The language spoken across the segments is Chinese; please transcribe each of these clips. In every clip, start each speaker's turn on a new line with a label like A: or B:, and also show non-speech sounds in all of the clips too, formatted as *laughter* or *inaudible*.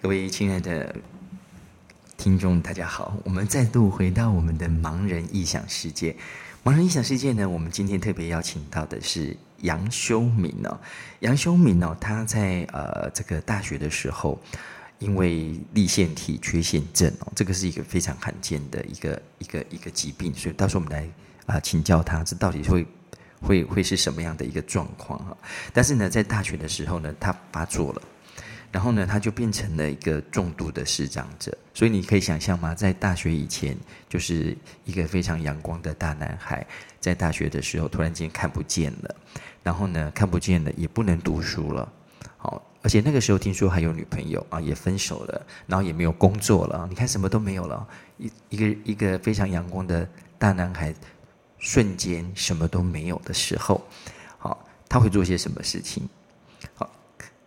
A: 各位亲爱的听众，大家好，我们再度回到我们的盲人异想世界。盲人异想世界呢，我们今天特别邀请到的是杨修敏哦。杨修敏哦，他在呃这个大学的时候，因为立腺体缺陷症哦，这个是一个非常罕见的一个一个一个疾病，所以到时候我们来啊、请教他，这到底会会会是什么样的一个状况哈、但是呢，在大学的时候呢，他发作了。然后呢，他就变成了一个重度的视障者。所以你可以想象吗？在大学以前，就是一个非常阳光的大男孩，在大学的时候突然间看不见了，然后呢，看不见了，也不能读书了。好，而且那个时候听说还有女朋友啊，也分手了，然后也没有工作了。你看什么都没有了，一一个一个非常阳光的大男孩，瞬间什么都没有的时候，好，他会做些什么事情？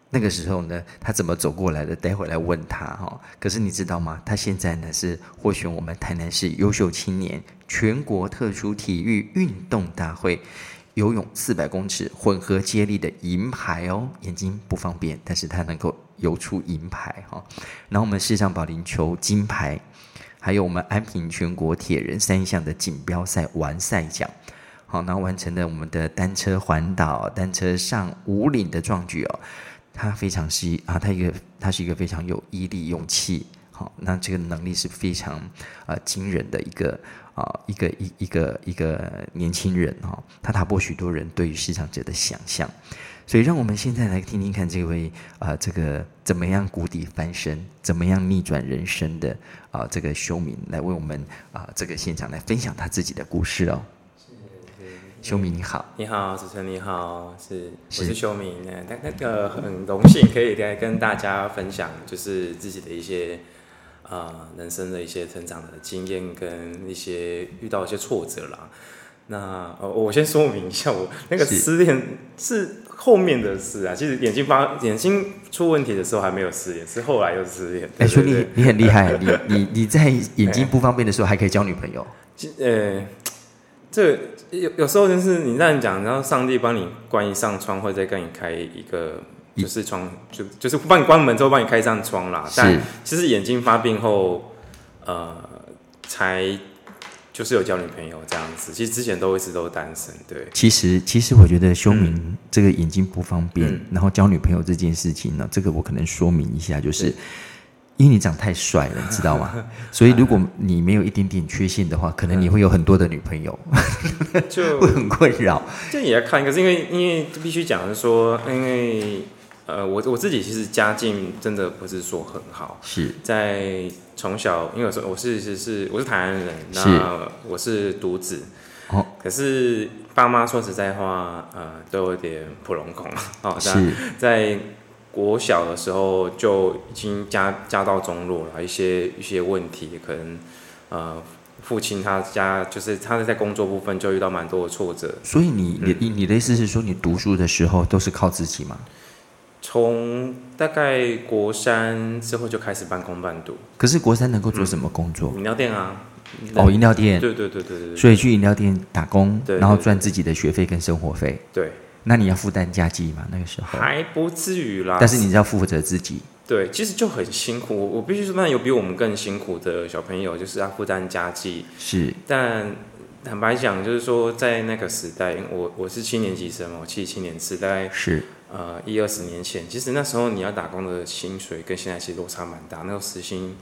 A: 那个时候呢，他怎么走过来的？待会来问他哈、可是你知道吗？他现在呢是获选我们台南市优秀青年全国特殊体育运动大会游泳四百公尺混合接力的银牌哦。眼睛不方便，但是他能够游出银牌哈、然后我们市上保龄球金牌，还有我们安平全国铁人三项的锦标赛完赛奖。好，然后完成了我们的单车环岛、单车上五岭的壮举哦。他非常是啊，他一个他是一个非常有毅力、勇气，好，那这个能力是非常啊惊人的一个啊一个一一个一个年轻人哈、哦，他打破许多人对于市场者的想象，所以让我们现在来听听看这位啊、这个怎么样谷底翻身，怎么样逆转人生的啊、这个修明来为我们啊、这个现场来分享他自己的故事哦。修明你好，
B: 你好，主持人你好，是我
A: 是
B: 是修明。呃那那个很荣幸可以来跟大家分享，就是自己的一些呃人生的一些成长的经验跟一些遇到一些挫折啦。那呃，我先说明一下，
A: *laughs*
B: 我那个
A: 是
B: 失恋是后面的事啊。其实眼睛发眼睛出问题的时候还没有失恋，是后来又失恋。
A: 哎，
B: 对
A: 兄
B: 对对
A: 弟你很厉害，你你你在眼睛不方便的时候还可以交女朋友，
B: 其呃，这有有时候就是你让你讲，然后上帝帮你关一扇窗，或者再跟你开一个，
A: 一
B: 就是窗，就就是帮你关门之后帮你开一扇窗啦。但
A: 是
B: 其实眼睛发病后，呃，才就是有交女朋友这样子。其实之前都一直都单身，
A: *laughs*
B: 对，
A: *laughs* 其实，其实我觉得修明这个眼睛不方便，
B: 嗯
A: 然后交女朋友这件事情呢，这个我可能说明一下，就是因为你长太帅了，你知道 *laughs* 吗？所以如果你没有一点点缺陷的话，可能你会有很多的女朋 *laughs* 友，
B: 就
A: 会很困扰。
B: 这也要看，可是因为因为必须讲的是说，因为呃，我我自己其实家境真的不是说很好。
A: 是
B: 在从小，因为我是我是是是我是台湾人，
A: 是
B: 那我是独子。
A: 哦，
B: 可是爸妈说实在话，呃，都有点普龙孔 *laughs* 哦。在
A: 是
B: 在国小的时候就已经家家道中落了，一些一些问题，可能呃，父亲他家就是他在工作部分就遇到蛮多的挫折，
A: 所以你你你你的意思是说，你读书的时候都是靠自己吗？
B: 从大概国三之后就开始半工半读，
A: 可是国三能够做什么工作？
B: 饮料店啊，
A: 哦，饮料
B: 对
A: 店，
B: 对对对对对
A: 所以去饮料店打工，
B: 对
A: 然后
B: 对
A: 赚自己的学费跟生活费。
B: 对。
A: 那你要负担家计嘛？那个时候，
B: 还不至于啦。
A: 哦但是你要负责自己。
B: 对，其实就很辛苦。我我必须说，那有比我们更辛苦的小朋友，就是要啊负担家计。
A: 是
B: 但坦白讲，就是说在那个时代，我我是七年级生嘛，我七七年次，大概
A: 是，
B: 呃一二十年前，其实那时候你要打工的薪水跟现在其实落差蛮大，那时候时薪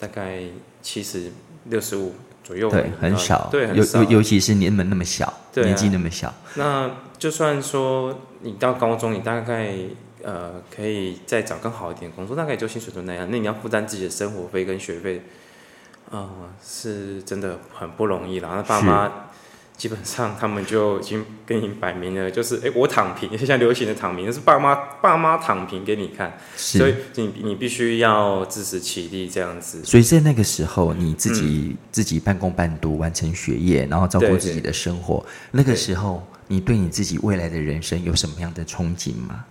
B: 大概七十六十五左右而已，
A: 对，很
B: 那
A: 少，
B: 对，很
A: 尤
B: 少
A: 尤。尤其是年门那么小，
B: 对啊
A: 年纪那么小，
B: 那就算说你到高中，你大概呃可以再找更好一点的工作，大概也就薪水就那样。那你要负担自己的生活费跟学费，呃，是真的很不容易啦。那爸
A: 是
B: 妈基本上他们就已经跟你摆明了，就是哎、诶我躺平，现在流行的躺平，就是爸妈爸妈躺平给你看，所以
A: 是。
B: 你你必须要自食其力这样子。
A: 所以在那个时候，你自己、自己半工半读，完成学业，然后照顾
B: 嗯对
A: 自己
B: 对
A: 的生活。那个
B: 对
A: 时候，你对你自己未来的人生有什么样的憧憬吗？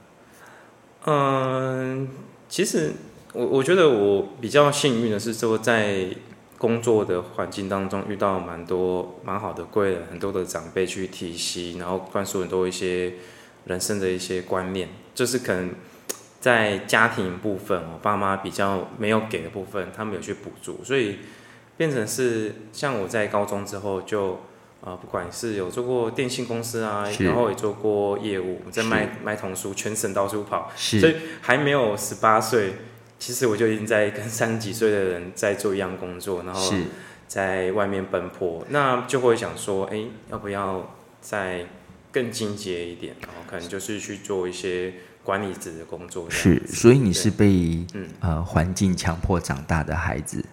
B: 嗯，其实我我觉得我比较幸运的是说，在工作的环境当中遇到蛮多蛮好的贵人，很多的长辈去提携，然后灌输很多一些人生的一些观念，就是可能在家庭部分，我爸妈比较没有给的部分，他们有去补助，所以变成是像我在高中之后就。呃，不管是有做过电信公司啊，
A: 是
B: 然后也做过业务，在
A: 是
B: 卖卖童书，全省到处跑，哦所
A: 是
B: 以还没有十八岁，其实我就已经在跟三十几岁的人在做一样工作，然后
A: 是
B: 在外面奔波，那就会想说，哎、要不要再更进阶一点？然后可能就是去做一些管理职的工作。这样
A: 是，所以你是被
B: 嗯
A: 呃环境强迫长大的孩子，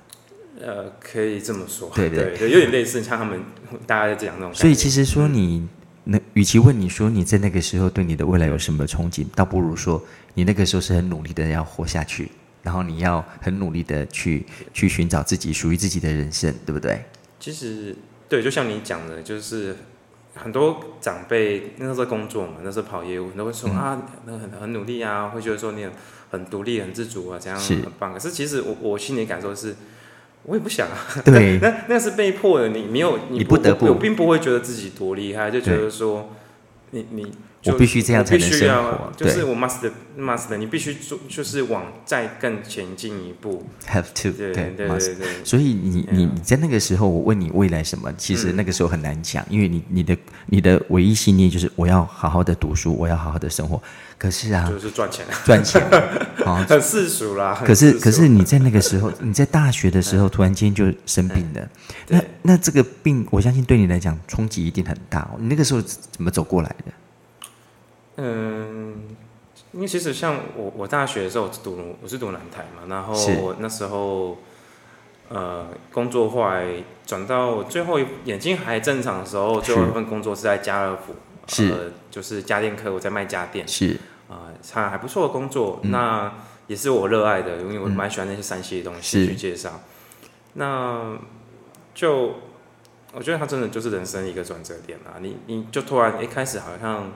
B: 呃，可以这么说，
A: 对对
B: 对对，有点类似像他们大家在讲那种。
A: 所以其，实说你，那与其问你说你在那个时候对你的未来有什么憧憬，倒不如说你那个时候是很努力的要活下去，然后你要很努力的去去寻找自己属于自己的人生，对不对？
B: 其实对，就像你讲的，就是。很多长辈那时候在工作嘛，那时候跑业务，很多
A: 嗯
B: 人说、啊，那很很努力啊，会觉得说你很很独立、很自主啊，这样
A: 是
B: 很棒。可是其实我我心里感受是，我也不想啊
A: 对，
B: 那那是被迫的，你没有，
A: 嗯你
B: 不
A: 不得不
B: 我并不会觉得自己多厉害，就觉得说，你你就
A: 我必须这样才能
B: 我必须要啊
A: 生活
B: 就是我 must must，你必须做，就是往再更前进一步，
A: ，have to，
B: 对对对
A: must
B: 对对，
A: 所以你你
B: Yeah.
A: 你在那个时候，我问你未来什么，其实
B: 嗯
A: 那个时候很难讲，因为你你的你的唯一信念就是我要好好的读书，我要好好的生活。可是啊，
B: 就是赚钱，
A: 赚钱啊，
B: 很 *laughs* 世俗啦。很
A: 可是
B: 世俗
A: 可是你在那个时候， *laughs* 你在大学的时候突然间就生病了，
B: 对
A: 那那这个病，我相信对你来讲冲击一定很大、哦。你那个时候怎么走过来的？
B: 嗯，因为其实像我，我大学的时候我是读我是读南台嘛，然后
A: 是
B: 我那时候呃工作后来转到最后一眼睛还正常的时候，最后
A: 是
B: 一份工作是在家乐福，
A: 是
B: 呃、就是家电科，我在卖家电，
A: 是
B: 啊、还还不错的工作，
A: 嗯
B: 那也是我热爱的，因为我蛮喜欢那些山西的东西
A: 是
B: 去介绍。
A: 嗯
B: 那就我觉得他真的就是人生一个转折点啦，你你就突然一开始好像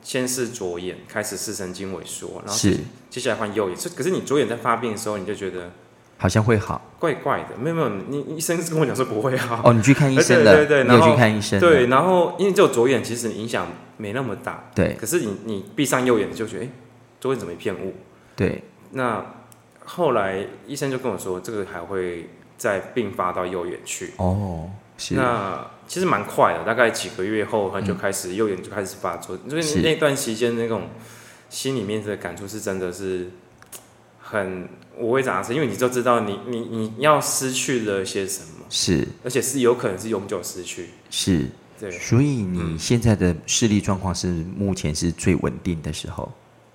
B: 先是左眼开始视神经萎缩，然后
A: 是，
B: 接下来换右眼，是可是你左眼在发病的时候，你就觉得
A: 好像会好
B: 怪怪的，没有没有，你你医生是跟我讲说不会好，
A: 哦。你去看医生了，
B: 啊对对对
A: 你有
B: 然后
A: 去看医生了，
B: 对，然后因为只有左眼，其实影响没那么大，
A: 对
B: 可是你你闭上右眼，你就觉得哎、诶左眼怎么一片雾？
A: 对
B: 那后来医生就跟我说，这个还会再并发到右眼去。
A: 哦，是嗯
B: 那其实蛮快的，大概几个月后，他就开始、右眼就开始发作，就是
A: 是
B: 那段期间那种心里面的感触是真的是很五味杂陈，因为你就知道你你你要失去了些什么，
A: 是
B: 而且是有可能是永久失去。
A: 是，
B: 对，
A: 所以你现在的视力状况是目前是最稳定的时候，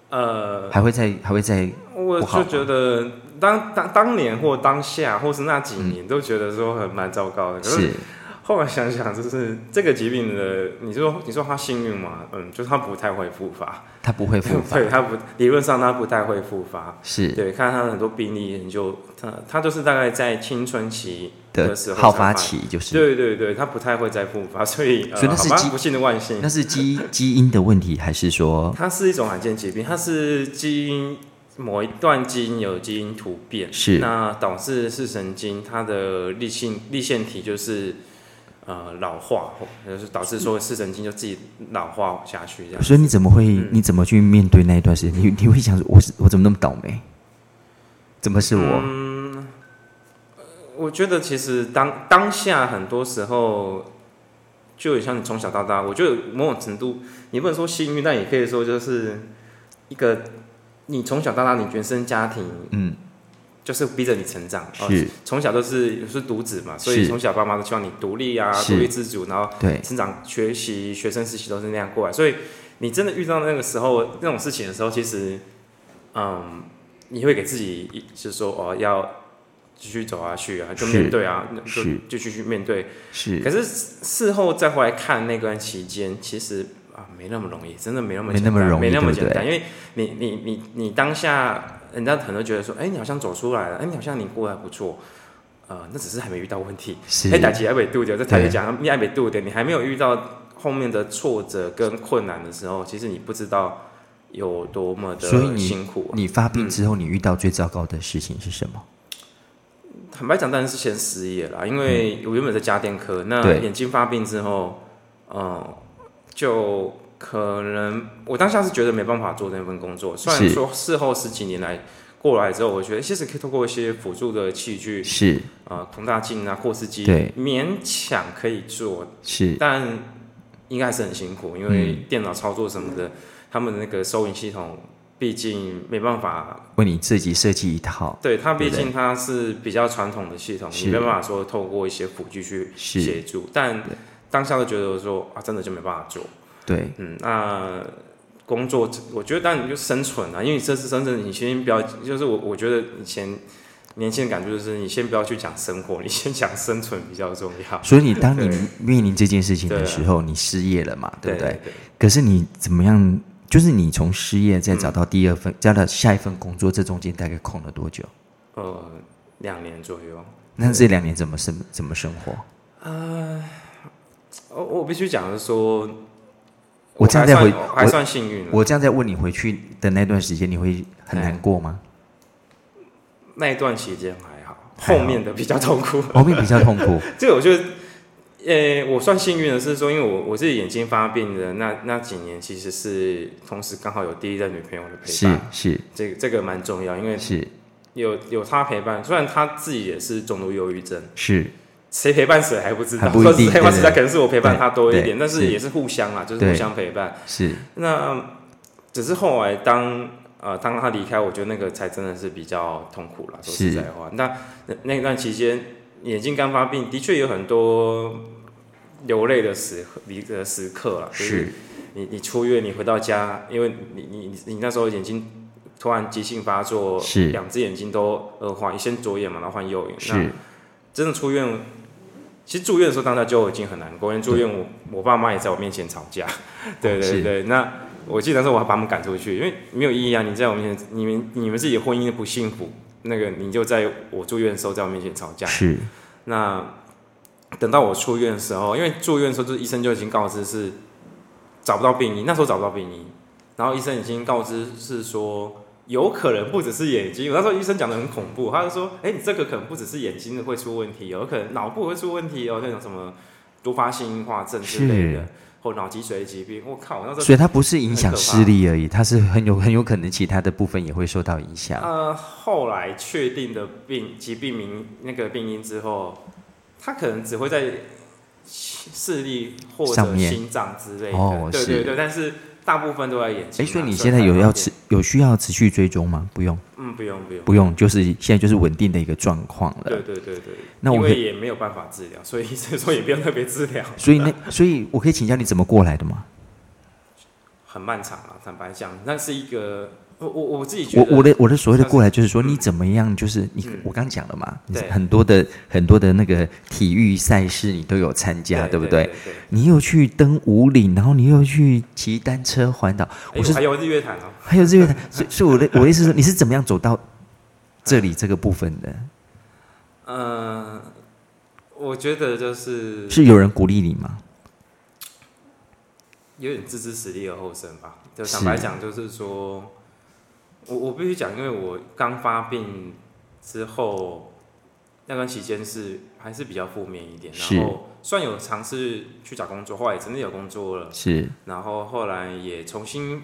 B: 呃，
A: 还会在还会在
B: 我
A: 不好
B: 就
A: 吗嗯
B: 觉得当当当年或当下或是那几年、都觉得说很蛮糟糕的，可
A: 是
B: 后来想想，就是这个疾病的，你说你说他幸运吗？嗯，就是他不太会复发，
A: 它不会复发，
B: *laughs* 对，他不理论上他不太会复发。
A: 是
B: 对，看他很多病例研究，他他就是大概在青春期
A: 的
B: 时候
A: 好
B: 才
A: 发
B: 发
A: 期就是。
B: 对对对，他不太会再复发， *laughs* 所以呃，
A: 所以那是
B: 好吧
A: 基
B: 不幸的万幸
A: 那，是基基因的问题，还是说
B: 它是一种罕见疾病，它是基因某一段基因有基因突变，
A: 是
B: 那导致视神经它的立性立腺体就是呃老化，就是导致说视神经就自己老化下去这样。
A: 所以你怎么会？
B: 嗯
A: 你怎么去面对那一段时间？你你会想说，我是我怎么那么倒霉？怎么是我？
B: 嗯我觉得其实当当下很多时候，就有像你从小到大，我觉得某种程度，你不能说幸运，但也可以说就是一个你从小到大，你原生家庭
A: 嗯，
B: 就是逼着你成长，哦
A: 是
B: 从小都是是独子嘛，所以
A: 是
B: 从小爸妈都希望你独立啊，
A: 是
B: 独立自主，然后
A: 对，
B: 成长、学习、学生时期都是那样过来。所以你真的遇到那个时候那种事情的时候，其实，嗯，你会给自己一就是说哦，要继续走下去啊，就面对啊，那就是就继续面对。可
A: 是
B: 是事后再回来看那段期间，其实啊没那么容易，真的没那么
A: 没那么
B: 简单
A: 容易
B: 没那么
A: 对不
B: 简
A: 对
B: 单，因为你你你你当下人家可能觉得说，哎、你好像走出来了，哎、你好像你过得还不错，呃，那只是还没遇到问题。
A: 是
B: 哎，打击还没度掉，在台
A: 对
B: 里讲你还没度掉，你还没有遇到后面的挫折跟困难的时候，其实你不知道有多么
A: 所以
B: 的
A: 你
B: 辛苦、啊。
A: 你发病之后，你遇到最糟糕的事情是什么？
B: 坦白讲，当然是先失业啦，因为我原本在家电科，那
A: 对
B: 呃眼睛发病之后，嗯、就可能我当下是觉得没办法做那份工作，虽然
A: 是
B: 说事后十几年来过来之后，我觉得其实可以透过一些辅助的器具，
A: 是
B: 呃，放大镜啊、扩视机
A: 对，
B: 勉强可以做，
A: 是
B: 但应该还是很辛苦，因为
A: 嗯
B: 电脑操作什么的，他们的那个收银系统，毕竟没办法
A: 为你自己设计一套，
B: 对它，毕
A: 对不对
B: 竟它是比较传统的系统，
A: 是
B: 你没办法说透过一些辅具去
A: 是
B: 协助，但
A: 对
B: 当下就觉得说啊，真的就没办法做。
A: 对，
B: 嗯，那工作我觉得当然你就生存啊，因为你这是真正你先不要，就是我我觉得以前年轻的感觉就是你先不要去讲生活，你先讲生存比较重要。
A: 所以你当你
B: 对
A: 面临这件事情
B: 对
A: 的
B: 啊
A: 时候，你失业了嘛，对不对？
B: 对对
A: 可是你怎么样？就是你从失业
B: 嗯
A: 再找到第二份，找到下一份工作，这中间大概空了多久？
B: 呃，两年左右。
A: 那这两年怎么生怎么生活？
B: 我哦我必须讲的是说，
A: 我这样再回
B: 还算我还算幸运了。
A: 我这样再问你回去的那段时间，你会很难过吗？
B: 那一段期间还好，
A: 还好
B: 后面的比较痛苦。 *laughs*
A: 后面比较痛苦，
B: 这个我觉得，呃、我算幸运的是说，因为我我自己眼睛发病的那那几年，其实是同时刚好有第一任女朋友的陪
A: 是
B: 伴，
A: 是
B: 这个这个蛮重要，因为
A: 是
B: 有有她陪伴，虽然她自己也是重度忧郁症，
A: 是，
B: 谁陪伴谁还不知道，
A: 还不一定
B: 说实在
A: 对
B: 话，
A: 对
B: 实在可能是我陪伴她多一
A: 对
B: 点，但是
A: 是
B: 也是互相啦，就是
A: 对
B: 互相陪伴。
A: 是
B: 那嗯只是后来当呃当她离开，我觉得那个才真的是比较痛苦啦，说
A: 是
B: 实在话，那那那段期间眼睛刚发病，的确有很多流泪的时刻离的时刻啦，就是
A: 是
B: 你你出院，你回到家，因为你你你你那时候眼睛突然急性发作，
A: 是
B: 两只眼睛都呃换，你先左眼嘛，然后换右眼。那
A: 是
B: 真的出院，其实住院的时候当下就已经很难过，因为住院我我爸妈也在我面前吵架，对
A: 是
B: 对对。那我记得那时候我还把他们赶出去，因为没有意义啊！你在我面前，你们你们自己的婚姻不幸福，那个你就在我住院的时候在我面前吵架，
A: 是
B: 那等到我出院的时候，因为住院的时候，就是医生就已经告知是找不到病医，那时候找不到病医，然后医生已经告知是说有可能不只是眼睛，那时候医生讲的很恐怖，他就说，哎、你这个可能不只是眼睛会出问题，有可能脑部会出问题哦，那种什么多发性硬化症之类的
A: 是，
B: 或脑脊髓疾病，我靠，我那时候
A: 所以它不是影响视力而已，它是很有很有可能其他的部分也会受到影响。
B: 呃，后来确定的病疾病名那个病因之后，他可能只会在视力或
A: 上
B: 者
A: 面
B: 心脏之类的，
A: 哦
B: 对
A: 是
B: 对对，但是大部分都在眼睛
A: 哎，
B: 嘛。
A: 所以你
B: 所
A: 现在
B: 还
A: 有
B: 好
A: 要
B: 一点
A: 持有需要持续追踪吗？不用，
B: 嗯，不用不用，
A: 不用，就是现在就是稳定的一个状况
B: 对
A: 了。
B: 对对对，
A: 那
B: 因
A: 我可
B: 为
A: 以
B: 也没有办法治疗，所以医 *laughs* 生说也不用特别治疗，
A: 所以那所以我可以请教你怎么过来的吗？
B: 很漫长啊，坦白讲，那是一个我我我自己觉
A: 我
B: 得
A: 我的我的所谓的
B: 像是
A: 过来就是说，你怎么样？就是你
B: 嗯
A: 我刚讲了嘛，你
B: 对
A: 很多的很多的那个体育赛事你都有参加，对
B: 对
A: 不
B: 对
A: 对？？你又去登五岭，然后你又去骑单车环岛，
B: 对
A: 我
B: 哎
A: 是
B: 还有日月潭哦，
A: 还有这
B: *laughs*
A: 个，所以所以我的我的意思是说，你是怎么样走到这里这个部分的？
B: 嗯，我觉得就是
A: 是有人鼓励你吗？
B: 有点自知实力而后生吧。就是坦白讲，就是说，我我必须讲，因为我刚发病之后那段期间是还是比较负面一点，
A: 是
B: 然后虽然有尝试去找工作，后来也真的有工作了，
A: 是
B: 然后后来也重新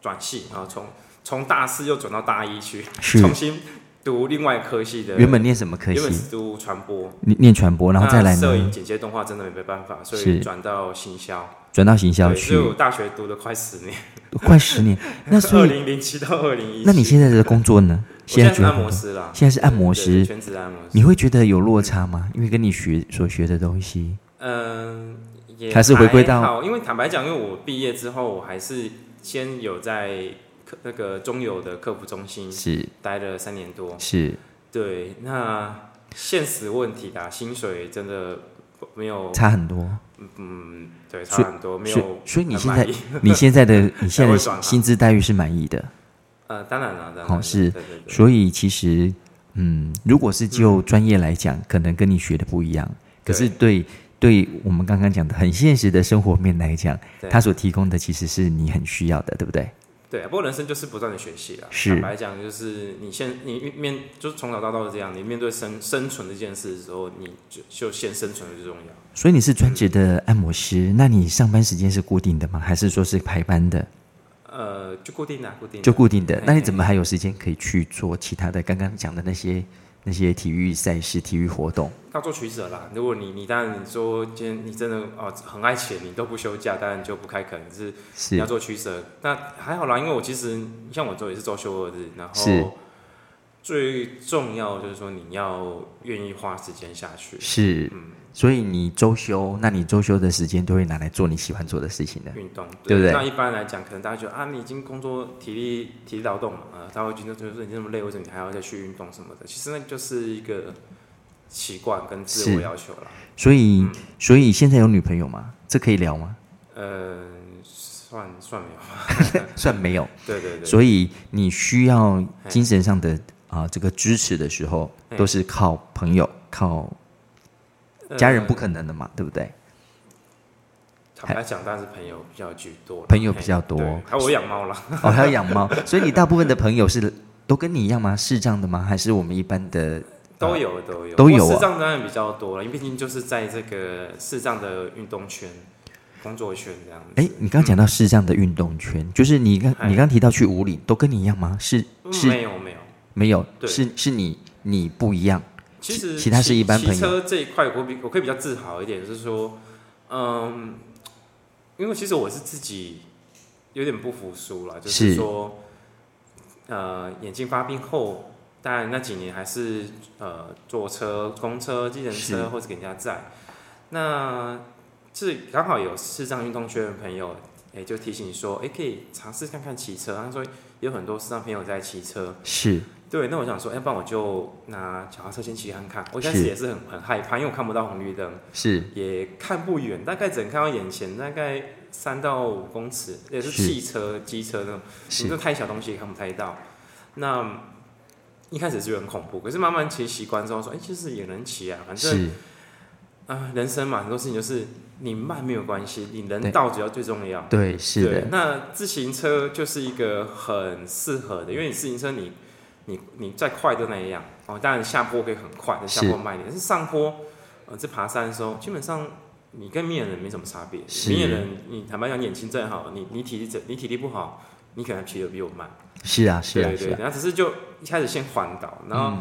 B: 转系，然后从从大四又转到大一去，
A: 是，
B: 重新读另外科系的。
A: 原本念什么科
B: 原本
A: 系？
B: 是读传播，
A: 你念传播，然后再来
B: 那摄影、
A: 呢？
B: 剪接、动画真的没办法，所
A: 是
B: 以转到行销。
A: 转到行销
B: 对，所
A: 去
B: 以，我大学读了快十年，
A: 快十
B: *laughs*
A: 年。那
B: 二
A: 所以，
B: 零零七到二零一。
A: 那你现在的工作呢？
B: 我现在
A: 觉
B: 是
A: 得
B: 按摩师啦，
A: 现在是按摩
B: 对对
A: 师，
B: 全职按摩师。
A: 你会觉得有落差吗？因为跟你学所学的东西，
B: 嗯，也
A: 还是回归到
B: 还好，因为坦白讲，因为我毕业之后，我还是先有在客那个中友的客服中心
A: 是
B: 待了三年多。
A: 是
B: 对，那现实问题啦，薪水真的没有，
A: 差很多。
B: 嗯，对，
A: 所
B: 差
A: 以
B: 很多，没
A: 所以
B: 有。
A: 所以你
B: 很
A: 现在
B: 满意
A: *laughs* 你现在的你现在
B: 才
A: 的
B: 会转行
A: 薪资待遇是满意的，
B: 呃，当然了，当
A: 好
B: 然
A: 是
B: 对对对，
A: 所以其实嗯，如果是就专业来讲，可能跟你学的不一样，可是对。对我们刚刚讲的很现实的生活面来讲，
B: 对
A: 它所提供的其实是你很需要的，对不对？
B: 对啊，不过人生就是不断的学习啦。
A: 是
B: 坦白讲，就是你现你面就是从小到大都这样，你面对生生存这件事的时候，你就就先生存最重要。
A: 所以你是专职的按摩师，那你上班时间是固定的吗？还是说是排班的？
B: 呃，就固定的、啊，固定的
A: 就固定的
B: 嘿。
A: 那你怎么还有时间可以去做其他的？刚刚讲的那些那些体育赛事、体育活动，
B: 要做取舍啦。如果你你当然你说今天你真的哦很爱钱，你都不休假，当然就不开垦，可是你
A: 是
B: 要做取舍。那还好啦，因为我其实像我做也是周休二日，然
A: 是
B: 后最重要就是说你要愿意花时间下去嗯
A: 是，所以你周休，那你周休的时间都会拿来做你喜欢做的事情的。
B: 运动，
A: 对不对
B: 那一般来讲，可能大家觉得啊，你已经工作体力体力劳动了，呃，他会觉得就是你这么累，为什么你还要再去运动什么的？其实那就是一个习惯跟自我
A: 是
B: 要求啦。
A: 所以，
B: 嗯
A: 所以现在有女朋友吗？这可以聊吗？
B: 呃，算算没有，
A: 算没有。
B: 对对哎对，
A: 所以你需要精神上的啊、这个支持的时候，
B: 嘿
A: 都是靠朋友、靠
B: 呃
A: 家人不可能的嘛，对不对？
B: 坦白讲，但是朋友比较居多啦，
A: 朋友比较
B: 嘿
A: 多
B: 哎对还有我养
A: *laughs*
B: 猫啦，
A: 哦，还要养猫，所以你大部分的朋友是都跟你一样吗？视障的吗？还是我们一般的？
B: 都有都有
A: 都有啊
B: 不过视障当然比较多了，因为毕竟就是在这个视障的运动圈、工作圈这样子。
A: 哎，你刚刚讲到视障的运动圈，就是你刚
B: 哎
A: 你刚刚提到去五里，都跟你一样吗？是
B: 嗯
A: 是
B: 没有没有。
A: 没有，
B: 对
A: 是是你你不一样，
B: 其实
A: 其他是一般
B: 骑
A: 朋友
B: 骑车这一块，我比我可以比较自豪一点，就是说，嗯，因为其实我是自己有点不服输啦，就是是说，呃，眼睛发病后，当然那几年还是呃坐车、公车、计程
A: 是
B: 车或者给人家载，那这刚好有视障运动圈的朋友。哎，就提醒说，哎，可以尝试看看骑车。他说有很多视障朋友在骑车，
A: 是
B: 对，那我想说，哎、不然我就拿脚踏车先骑看看。我一开始
A: 是
B: 也是很很害怕，因为我看不到红绿灯，
A: 是
B: 也看不远，大概只能看到眼前大概三到五公尺，也是
A: 是
B: 汽车、机车那种，你
A: 是
B: 这太小东西也看不太到。那一开始是觉得很恐怖，可是慢慢骑习惯之后，说，哎、其实也能骑啊，反正
A: 是
B: 啊、人生嘛，很多事情就是你慢没有关系，你
A: 对
B: 能到只要最重要。
A: 对是
B: 对，
A: 的，
B: 那自行车就是一个很适合的，因为你自行车你你你再快都那样哦，当然下坡可以很快，但下
A: 是
B: 坡慢一点。但是上坡，呃，这爬山的时候，基本上你跟明眼人没什么差别。
A: 是
B: 明眼人，你坦白讲，眼睛再好，你你体力怎你体力不好，你可能骑得比我慢。
A: 是啊是啊
B: 对
A: 是
B: 对，
A: 啊，嗯
B: 然后只是就一开始先环岛，然后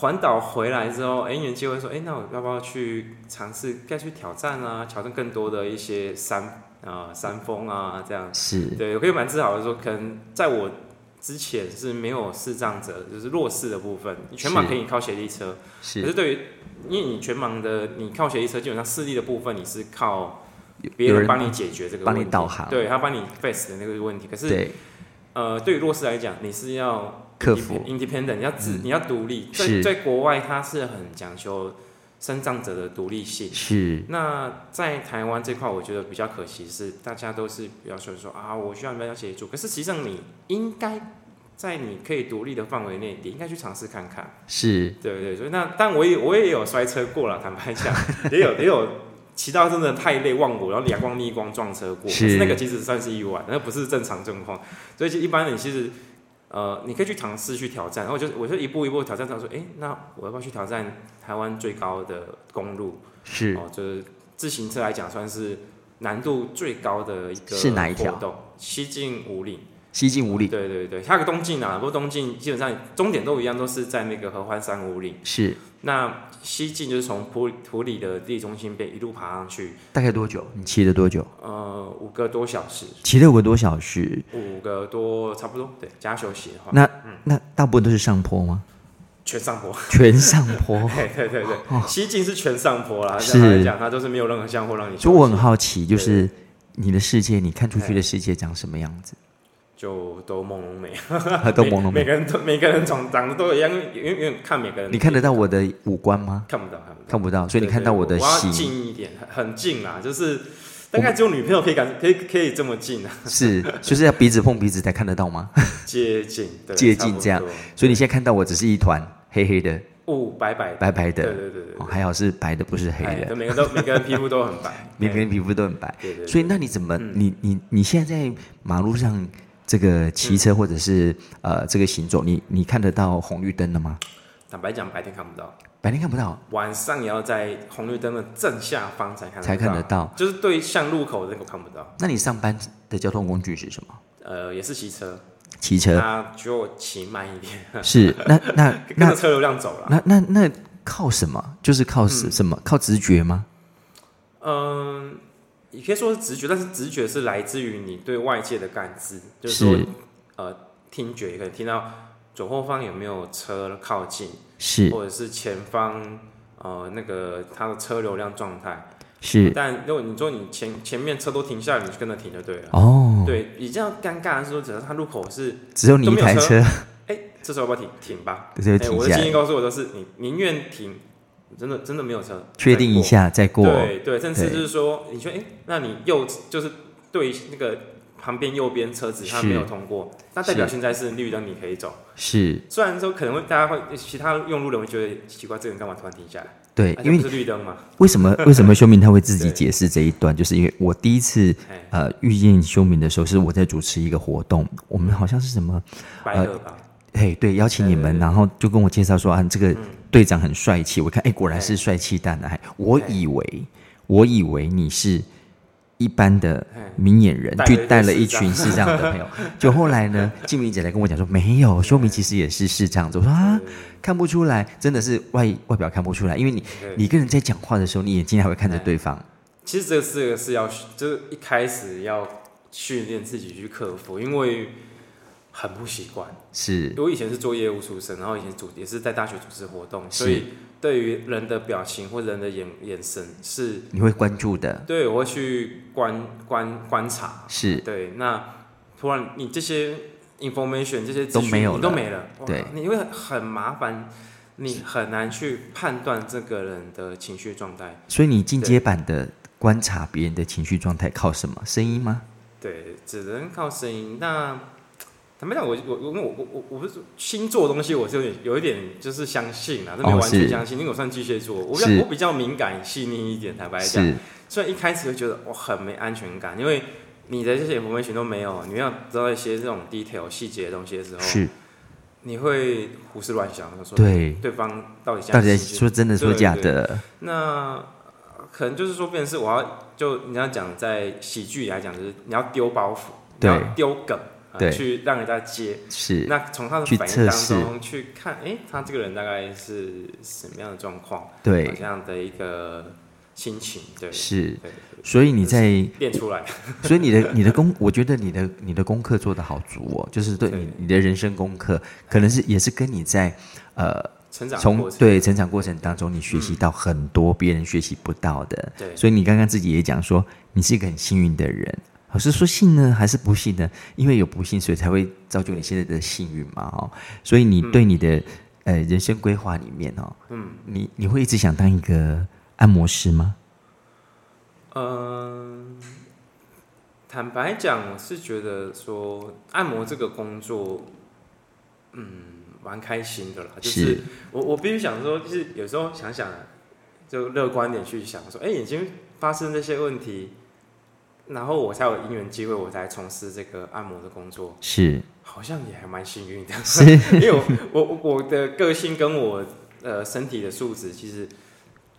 B: 环岛回来之后，哎、有机会说，哎、那我要不要去尝试再去挑战啊，挑战更多的一些山啊、山峰啊这样
A: 是
B: 对，我可以蛮自豪的说，可能在我之前是没有视障者，就是弱视的部分。你全盲
A: 是
B: 可以靠协力车，可
A: 是
B: 是对于因为你全盲的，你靠协力车，基本上视力的部分你是靠
A: 有
B: 别
A: 有
B: 人帮你解决这个问
A: 帮
B: 题，
A: 你导航
B: 对他帮你 face 的那个问题。可是
A: 对
B: 呃，对于弱视来讲，你是要
A: 克服
B: independent，你要自、
A: 嗯
B: 你要独立。在
A: 是
B: 在国外，它是很讲求身障者的独立性。
A: 是
B: 那在台湾这块，我觉得比较可惜是，大家都是比较说说啊，我需要人家协助，可是实际上你应该在你可以独立的范围内，你应该去尝试看看，
A: 是
B: 对不对？所以那但我也我也有摔车过了，坦白讲，也有也有骑到真的太累忘我，然后两光逆光撞车过，可
A: 是
B: 是那个其实算是意外，那不是正常状况，所以其实一般人其实。呃，你可以去尝试去挑战，然后我就我就一步一步挑战到说，哎、那我要不要去挑战台湾最高的公路？
A: 是
B: 哦，就是自行车来讲算是难度最高的一个
A: 是哪一条嗯
B: 活动？西进五岭，
A: 西进五里
B: 对对对，还有个东进啊，不过东进基本上终点都一样，都是在那个合欢山五岭。
A: 是
B: 那西进就是从普普里的地中心边一路爬上去，
A: 大概多久？你骑了多久？
B: 呃，五个多小时，
A: 骑了五个多小时，
B: 五个多差不多，对，加休息的话，
A: 那那大部分都是上坡吗？
B: 全上坡。
A: 全上坡。
B: 对对对对，西进是全上坡啦，
A: 哦是
B: 这样来讲，它都是没有任何下坡让你休息。
A: 所以我很好奇， *laughs* 就
B: 对
A: 是你的世界，你看出去的世界长什么样子？
B: 就都朦胧美，
A: 都朦胧美。
B: 每每个人都每个人长长得都一样，因为因为看每个人
A: 你看得到我的五官吗？
B: 看不到，看不到，
A: 看不到，所以你看到我的
B: 对对我要
A: 形
B: 近一点，很很近啊，就是大概只有女朋友可以感，可以可以这么近
A: *laughs*
B: 啊，
A: 是，就是要鼻子碰鼻子才看得到吗？
B: 接近，对，
A: 接近这样
B: 差不多，
A: 所以你现在看到我只是一团黑黑的、
B: 雾白白的，
A: 白白
B: 对
A: 的，
B: 对对对
A: 哦，还好是白的，不是黑
B: 对，哎
A: 的，
B: 对，每个都每个人皮肤
A: *laughs*，
B: 都很白
A: 每个人皮肤都很白
B: 哎，对对，对
A: 所以那你怎么，你你你现在在马路上这个骑车或者是呃这个行走，你你看得到红绿灯了吗？
B: 坦白讲，白天看不到，
A: 白天看不到，
B: 晚上也要在红绿灯的正下方才看
A: 才看得到
B: 就是对向路口的那个看不到。
A: 那你上班的交通工具是什么？
B: 呃，也是骑车，
A: 骑车
B: 那就骑慢一点，
A: *laughs* 是那那
B: *laughs* 跟着
A: 那
B: 车流量走了。
A: 那那那靠什么？就是靠什什么？靠直觉吗？
B: 嗯，也可以说是直觉，但是直觉是来自于你对外界的感知，就是说呃
A: 是
B: 听觉也可以听到左后方有没有车靠近，
A: 是
B: 或者是前方呃那个它的车流量状态。
A: 是
B: 但如果你说你前前面车都停下来，你就跟着停就对了。
A: 哦，
B: 对，比较尴尬的是说，只要它路口是，
A: 只有你一台
B: 都没
A: *laughs*
B: 有
A: 车，
B: 哎、这时候要不要停停吧？
A: 对，
B: 哎、
A: 停
B: 我的
A: 下来
B: 经验，告诉我都是，你宁愿停，真的真的没有车，
A: 确定一下再
B: 再
A: 过
B: 过。。对对，甚至
A: 对
B: 就是说，你说哎、那你右就是对那个旁边右边车子它
A: 是
B: 没有通过，那代表
A: 是
B: 现在是绿灯，你可以走。
A: 是，
B: 虽然说可能会大家会其他用路人会觉得奇怪，这个人干嘛突然停下来？
A: 对
B: 啊，
A: 因为
B: 这不是绿灯嘛，
A: 为
B: *laughs*
A: 什么为什么修明他会自己
B: 对
A: 解释这一段？就是因为我第一次
B: 哎，
A: 呃遇见修明的时候，是我在主持一个活动，我们好像是什么，
B: 白
A: 呃
B: 了吧？
A: 嘿，对，邀请你
B: 对
A: 们，
B: 对嗯对
A: 然后就跟我介绍说啊，这个队长很帅气，我看哎，果然是
B: 哎
A: 帅气大男孩。我以为我以为你是一般的
B: 哎
A: 明眼人
B: 带，了
A: 去
B: 一个
A: 带了一
B: 视障
A: 群视障的朋
B: *laughs*
A: 友。就后来呢，静明姐来跟我讲说，没有，修明其实也是视障者。我说啊，看不出来，真的是外外表看不出来，因为你
B: 对
A: 你跟人在讲话的时候，你眼睛还会看着对方。
B: 其实这个是是要就是一开始要训练自己去克服，因为很不习惯。
A: 是
B: 我以前是做业务出身，然后以前主也是在大学组织活动，
A: 是
B: 所以对于人的表情或人的眼眼神是，
A: 你会关注的，
B: 对我会去观观观察。
A: 是
B: 对，那突然你这些 information 这些资
A: 都没
B: 讯
A: 有
B: 你都
A: 了
B: 没了，哇
A: 对
B: 你会很麻烦，你很难去判断这个人的情绪状态。
A: 所以你进阶版的观察别人的情绪状态靠什么？声音吗？
B: 对，只能靠声音。那坦白讲，我我我我我我不是星座的东西，我是有点有一点就是相信啦，这没有
A: 哦
B: 完全
A: 是
B: 相信，因为我算巨蟹座，我比
A: 是
B: 较我比较敏感细腻一点。坦白讲，
A: 是
B: 虽然一开始会觉得我很没安全感，因为你的这些 information 都没有，你要知道一些这种 detail 细节的东西的时候，
A: 是，
B: 你会胡思乱想，说
A: 对。
B: 对方到底这
A: 到
B: 样
A: 底在
B: 是不是
A: 说真的说
B: 对
A: 假
B: 对
A: 的？
B: 那呃可能就是说，变成是我要就你要讲在喜剧来讲，就是你要丢包袱，你
A: 对
B: 要丢梗，
A: 对
B: 呃、去让人家接。
A: 是
B: 那从他的
A: 去
B: 反
A: 测
B: 应当
A: 试
B: 中去看，哎、他这个人大概是什么样的状况，
A: 对
B: 这样的一个心情，对，
A: 是，
B: 对，
A: 所以你在，
B: 练出来，
A: 所以你的你的功，我觉得你的你的功课做得好足哦，就是对
B: 对
A: 你你的人生功课，可能是也是跟你在呃
B: 成长的
A: 从
B: 过程，嗯
A: 对成长过程当中，你学习到很多别人学习不到的。
B: 对
A: 所以你刚刚自己也讲说，你是一个很幸运的人。我是说幸呢，还是不幸呢？因为有不幸，所以才会造就你现在的幸运嘛，哦。所以你对你的、呃人生规划里面哦，
B: 嗯，
A: 你你会一直想当一个按摩师吗？
B: 嗯、坦白讲，我是觉得说按摩这个工作，嗯，蛮开心的啦，啊就是我我必须想说，就是有时候想想，啊就乐观点去想说，哎、已经发生这些问题，然后我才有因缘机会，我才从事这个按摩的工作，
A: 是
B: 好像也还蛮幸运的，
A: 是
B: *laughs* 因为我我我我的个性跟我呃身体的素质，其实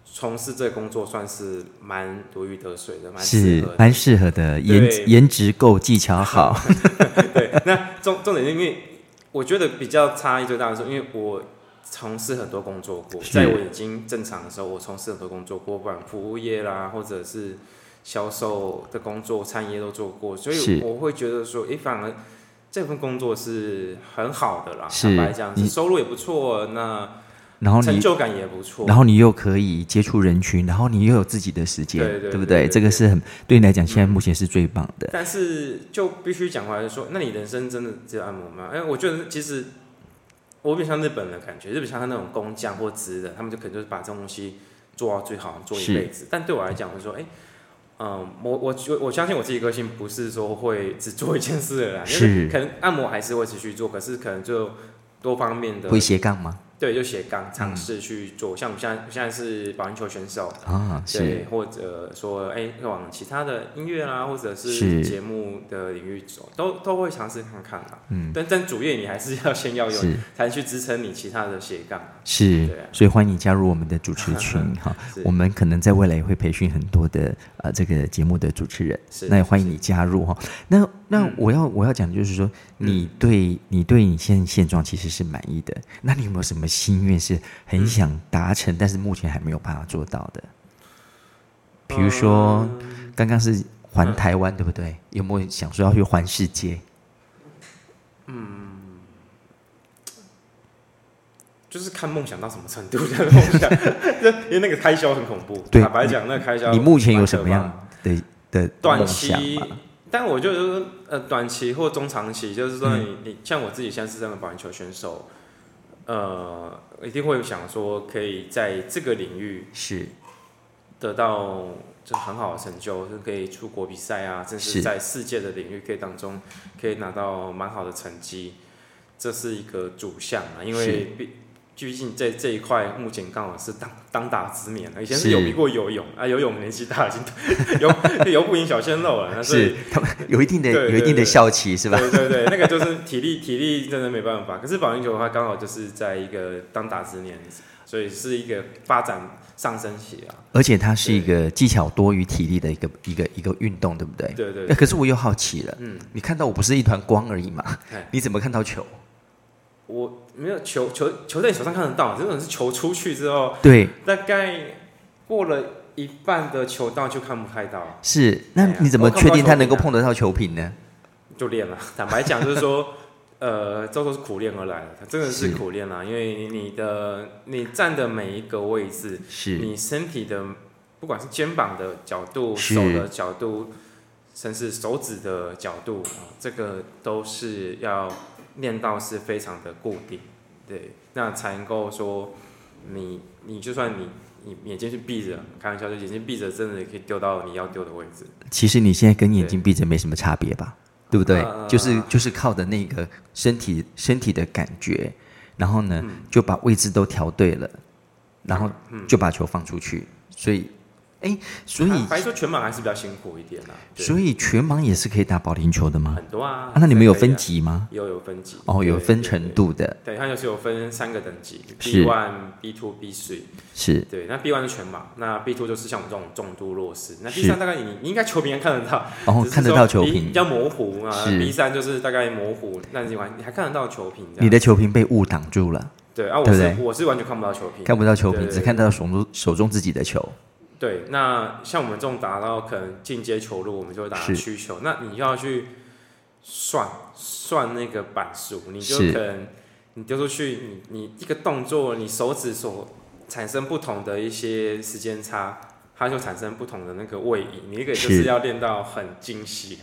B: 从事这个工作算是蛮如鱼得水的，蛮适
A: 是
B: 合的。
A: 蛮适合的，颜
B: 对
A: 颜值够，技巧好，
B: *laughs* 对，那重重点是因为我觉得比较差异最大的是，因为我从事很多工作过，
A: 是
B: 在我已经正常的时候，我从事很多工作过，不管服务业啦，或者是销售的工作、餐业都做过，所
A: 是
B: 以我会觉得说，诶，反而这份工作是很好的啦，
A: 是
B: 坦白讲，
A: 你
B: 是收入也不错，那
A: 然后
B: 成
A: 你
B: 就感也不错，
A: 然后你又可以接触人群，然后你又有自己的时间，
B: 对对
A: 不
B: 对对
A: 对？
B: 对嗯
A: 这个是很对你来讲，现在目前是最棒的。
B: 但是就必须讲回来说，那你人生真的只有按摩吗？哎，我觉得其实我有点像日本人的感觉，日本像他那种工匠或职人，他们就可能就是把这种东西做到最好，做一
A: 是
B: 辈子。但对我来讲，我就说，哎、嗯，我我我我相信我自己个性不是说会只做一件事的啦，因为
A: 是
B: 可能按摩还是会持续做，可是可能就多方面的
A: 会斜杠吗？嗯
B: 对，就斜杠尝试去做。像我们现在现在是保龄球选手，
A: 啊，
B: 对
A: 是，
B: 或者说哎、往其他的音乐啦，或者
A: 是
B: 是节目的领域走，都都会尝试看看啦。
A: 嗯，
B: 但但主业你还是要先要有，
A: 是
B: 才能去支撑你其他的斜杠。
A: 是
B: 对啊，
A: 所以欢迎加入我们的主持
B: *laughs*
A: 群哈。
B: 是
A: 我们可能在未来也会培训很多的呃这个节目的主持人，
B: 是
A: 那也欢迎你加入哈。那那
B: 嗯
A: 我要、我要讲的就是说，你对你对你现现状其实是满意的，那你有没有什么心愿是
B: 嗯
A: 很想达成，但是目前还没有办法做到的？比如说，
B: 嗯呃
A: 刚刚是环台湾，对不对？有没有想说要去环世界？
B: 就是看梦想到什么程度的梦想，因为那个开销很恐怖。
A: 对
B: 坦白讲，那个开销
A: 你目前有
B: 蛮
A: 什
B: 可
A: 么
B: 怕
A: 样的的
B: 短
A: 梦想
B: 期
A: 吗？，
B: 但我觉得就是呃，短期或中长期，就是说你、你像我自己现在是这样的保龄球选手，呃，一定会想说可以在这个领域
A: 是
B: 得到就很好的成就，就可以出国比赛啊，甚
A: 是
B: 至在世界的领域可以当中可以拿到蛮好的成绩，这是一个主项啊，因
A: 是
B: 为毕毕竟这这一块目前刚好是当当打之年了，以前
A: 是
B: 是有比过游泳啊，游泳年纪大已经 *laughs* 游游不赢小鲜肉
A: *laughs*
B: 了，那所以
A: 是，他们有一定的
B: 对对
A: 有一定的
B: 对
A: 效期是吧？
B: 对对对，那个就是体力，体力真的没办法。可是保龄球的话，刚好就是在一个当打之年，所以是一个发展上升期啊。
A: 而且它是一个技巧多于体力的一个一个一个运动，对不对？
B: 对对
A: 哎
B: 对，
A: 可是我又好奇了，
B: 嗯，
A: 你看到我不是一团光而已嘛
B: 哎？
A: 你怎么看到球？
B: 我没有球球球在你手上看得到，这种是球出去之后，
A: 对，
B: 大概过了一半的球道就看不太到，
A: 是。那
B: 哎呀
A: 你怎么
B: 我看不
A: 确
B: 到
A: 定它能够
B: 球
A: 碰得到球品呢？
B: 就练了。 *laughs* 坦白讲，就是说。呃，这都是苦练而来的，它真的是
A: 是
B: 苦练啦、因为你的你站的每一个位置，
A: 是
B: 你身体的不管是肩膀的角度、
A: 是
B: 手的角度，甚至手指的角度，啊这个都是要练到是非常的固定，对，那才能够说你你就算你你眼睛是闭着，开玩笑，就眼睛闭着，真的也可以丢到你要丢的位置。
A: 其实你现在跟眼睛闭着没什么差别吧？对不对？
B: 呃
A: 就是就是靠的那个身体身体的感觉，然后呢
B: 嗯
A: 就把位置都调对了，然后
B: 嗯，
A: 就把球放出去。所以，哎，所以
B: 白说全马还是比较辛苦一点啦、对
A: 所以全盲也是可以打保龄球的吗？
B: 很多啊
A: 啊，那你们有分
B: 级？
A: 级吗？
B: 有有分级
A: 哦，有
B: 对
A: 分
B: 对
A: 程
B: 对
A: 度的，
B: 对，它就是有分三个等级
A: 是
B: ，B one、B two、B three。
A: 是
B: 对，那 B one 是全马，那 B two 就是像我们这种重度弱势。那 B
A: 是
B: 三大概你你应该球评还看得到，
A: 然后
B: 只是
A: 哦看得
B: 说
A: 到球
B: 比比
A: 评，
B: 较模糊啊。
A: 是
B: B 三就是大概模糊，那你完你还看得到球评这样。
A: 你的球评被雾挡住了，
B: 对啊，我
A: 对不
B: 是
A: 对
B: 我是完全看不到球评。
A: 看不到球评，
B: 对对
A: 只看到手中手中自己的球。
B: 对，那像我们这种打到可能进阶球路，我们就会打
A: 是
B: 曲球。那你要去算算那个板数，你就是可能你丢出去，你你一个动作，你手指所产生不同的一些时间差，它就产生不同的那个位移。你那个就是是要练到很精细，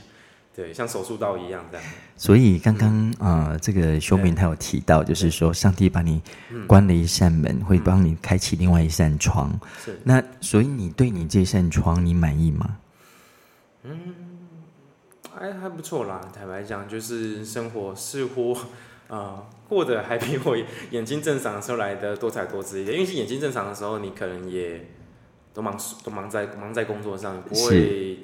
B: 对，像手术刀一样这样。
A: 所以刚刚
B: 嗯
A: 啊、呃这个修明他有提到，就是说上帝把你
B: 嗯
A: 关了一扇门，会帮你开启另外一扇窗。
B: 是
A: 那所以你对你这扇窗，你满意吗？
B: 还还不错啦，坦白讲，就是生活似乎， *laughs* 呃，过得还比我眼睛正常的时候来的多彩多姿一点。因为眼睛正常的时候，你可能也都忙都忙在忙在工作上，不会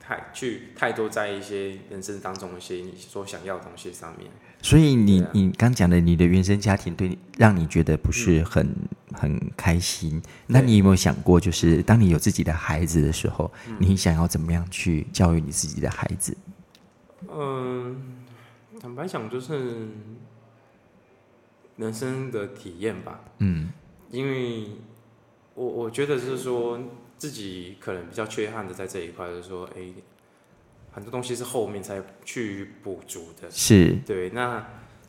B: 太去太多在一些人生当中一些你所想要的东西上面。
A: 所以你、
B: 对啊
A: 你刚讲的你的原生家庭对你让你觉得不
B: 嗯
A: 是很、很开心，那你有没有想过，就是当你有自己的孩子的时候，你想要怎么样去教育你自己的孩子？
B: 嗯，坦白讲，就是人生的体验吧。
A: 嗯，
B: 因为我我觉得是说自己可能比较缺憾的在这一块，就是说，哎、很多东西是后面才去补足的。
A: 是
B: 对，那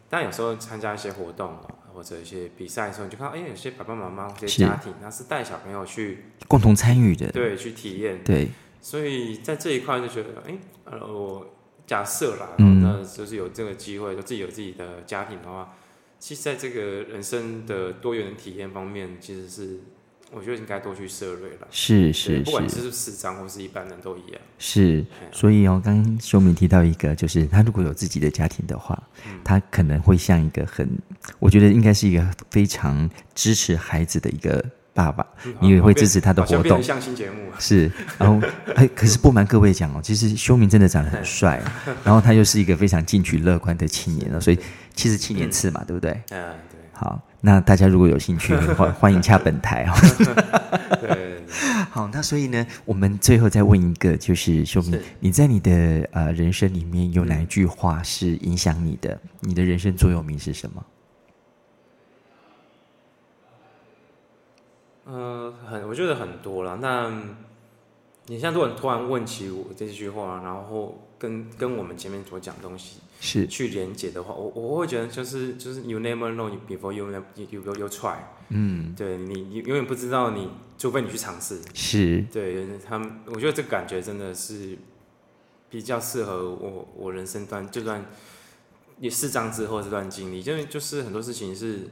B: 但有时候参加一些活动啊或者一些比赛的时候，你就看到，哎、有些爸爸妈妈、有
A: 是
B: 些家庭，他是带小朋友去，
A: 共同参与的，
B: 对，去体验。
A: 对
B: 所以在这一块就觉得，哎、呃，我假设啦，哦
A: 嗯
B: 那就是有这个机会，就自己有自己的家庭的话，其实在这个人生的多元体验方面，其实是我觉得应该多去涉略了。
A: 是
B: 对
A: 是
B: 不管
A: 是
B: 是不是市长或是一般人都一样。
A: 是，所以哦，刚刚修明提到一个，就是他如果有自己的家庭的话，
B: 嗯
A: 他可能会像一个很，我觉得应该是一个非常支持孩子的一个爸爸，你也会支持他的
B: 嗯好像
A: 活
B: 哦变
A: 动
B: 成。相亲节
A: *laughs*
B: 目啊，
A: 是，然后哎，可是不瞒各位讲哦，其实修明真的长得很帅，然后他又是一个非常进取乐观的青年哦，所以七十七年次嘛，对不对？
B: 嗯，对
A: 好，那大家如果有兴趣， *laughs* 欢欢迎洽本台哦。 *laughs*
B: 对，
A: 好，那所以呢，我们最后再问一个，就是修明
B: 是，
A: 你在你的呃人生里面有哪一句话是影响你的？你的人生座右铭是什么？
B: 呃，很我觉得很多啦。那你像如果你突然问起我这句话，然后跟跟我们前面所讲的东西
A: 是，
B: 去连接的话，我我会觉得就是就是 you never know before you never- you you you try，
A: 嗯，
B: 对你你永远不知道你，除非你去尝试。
A: 是，
B: 对他们，我觉得这个感觉真的是比较适合我我人生段这段也四章之后这段经历，因为就是很多事情是，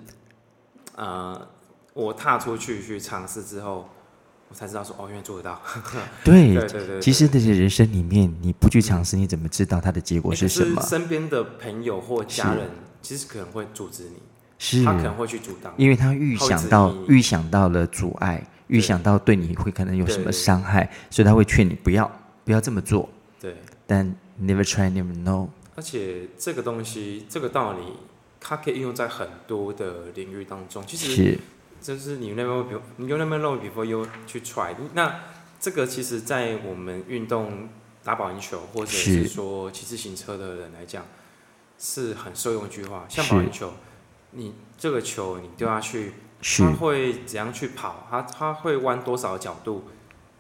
B: 呃，我踏出去去尝试之后，我才知道说哦，原来做得到。
A: 对。
B: 对对对，
A: 嗯其实这些人生里面，你不去尝试，你怎么知道它的结果
B: 我
A: 是什么？
B: 身边的朋友或家人其实可能会阻止你，
A: 是，
B: 他可能会去阻挡。
A: 因为他预
B: 他会
A: 想
B: 质
A: 到
B: 疑
A: 预想到了阻碍，预
B: 对
A: 想到对你会可能有什么
B: 对
A: 伤害，所以他会劝你不要不要这么做。
B: 对，
A: 但 never try never know，
B: 而且这个东西这个道理，它可以应用在很多的领域当中。其实。
A: 是
B: 就是你 never know，你 never know before you 去 try。那这个其实，在我们运动打保龄球或者
A: 是
B: 是说骑自行车的人来讲，是很受用一句话。像保龄球，你这个球你丢下去，
A: 是
B: 它会怎样去跑？它它会弯多少角度？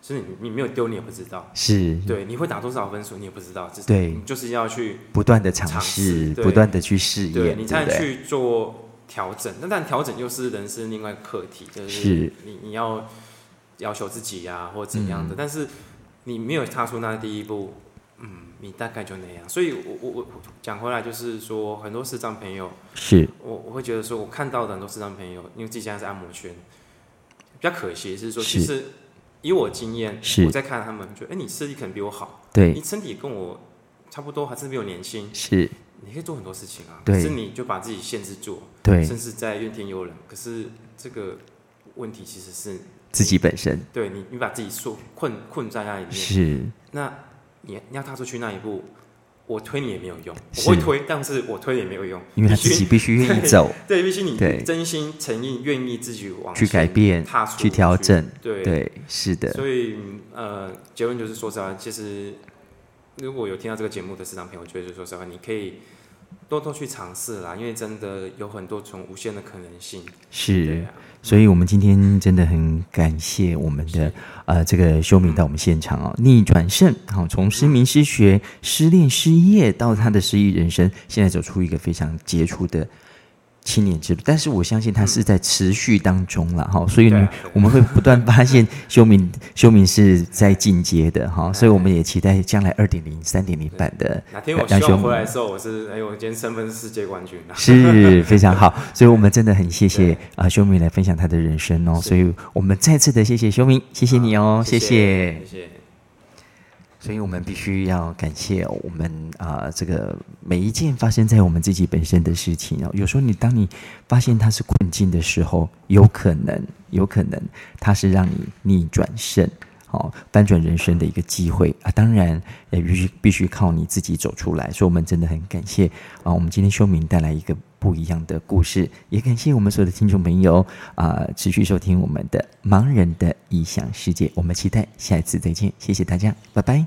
B: 就是你你没有丢，你也不知道。
A: 是，
B: 对，你会打多少分数，你也不知道。只
A: 嗯
B: 是
A: 对
B: 你就是要去
A: 不断的尝
B: 尝
A: 试，
B: 试对
A: 不断的去试验，
B: 对
A: 对
B: 你
A: 不
B: 才能
A: 对？
B: 去做调整。那但调整又是人生另外一个课题，就是你你要要求自己呀、或怎样
A: 嗯
B: 的。但是你没有踏出那第一步，嗯，你大概就那样。所以我我我我讲回来就是说，很多视障朋友，
A: 是
B: 我我会觉得说，我看到的很多视障朋友，因为自己现在是按摩圈，比较可惜是说，
A: 是
B: 其实以我经验，
A: 是
B: 我在看他们，觉得哎，你视力可能比我好，
A: 对
B: 你身体跟我差不多，还是比我年轻。
A: 是，
B: 你可以做很多事情啊，
A: 对
B: 可是你就把自己限制住，
A: 对
B: 甚至在怨天尤人。可是这个问题其实是
A: 自己本身
B: 对你，你把自己说困困在那里面。
A: 是
B: 那你你要踏出去那一步，我推你也没有用，
A: 是
B: 我会推，但是我推也没有用，
A: 因为他
B: 必须
A: 自己必须愿意走
B: 对，必须你
A: 对
B: 真心诚意愿意自己往
A: 去改
B: 前
A: 变、
B: 踏出
A: 去调整，
B: 对
A: 对，是的，
B: 所以嗯呃，结论就是说实话，其实如果有听到这个节目的市场朋友，我觉得就说实话，你可以多多去尝试啦，因为真的有很多种无限的可能性。对
A: 是。
B: 啊，
A: 所以我们今天真的很感谢我们的呃这个修明到我们现场哦，逆转胜好，从失明失学、失恋失业到他的失意人生，现在走出一个非常杰出的。青年之路，但是我相信他是在持续当中了哈、所以
B: 对
A: 呢
B: 啊对啊，
A: 我们会不断发现修明修明是在进阶的哈、所以我们也期待将来二点零、三点零版的
B: 哪天我
A: 梁
B: 希
A: 修
B: 望
A: 明
B: 回来的时候，我是哎，我今天身份是世界冠军啊啦。
A: 是非常好，所以我们真的很谢谢啊、呃、修明来分享他的人生哦，所以我们再次的谢谢修明，谢谢你哦，谢谢
B: 谢谢。
A: 所以我们必须要感谢我们啊、这个每一件发生在我们自己本身的事情哦。有时候你当你发现它是困境的时候，有可能，有可能它是让你逆转胜，好、翻转人生的一个机会啊。当然，也必须必须靠你自己走出来。所以我们真的很感谢啊，我们今天修明带来一个不一样的故事，也感谢我们所有的听众朋友啊、持续收听我们的盲人的异想世界。我们期待下一次再见，谢谢大家，拜拜。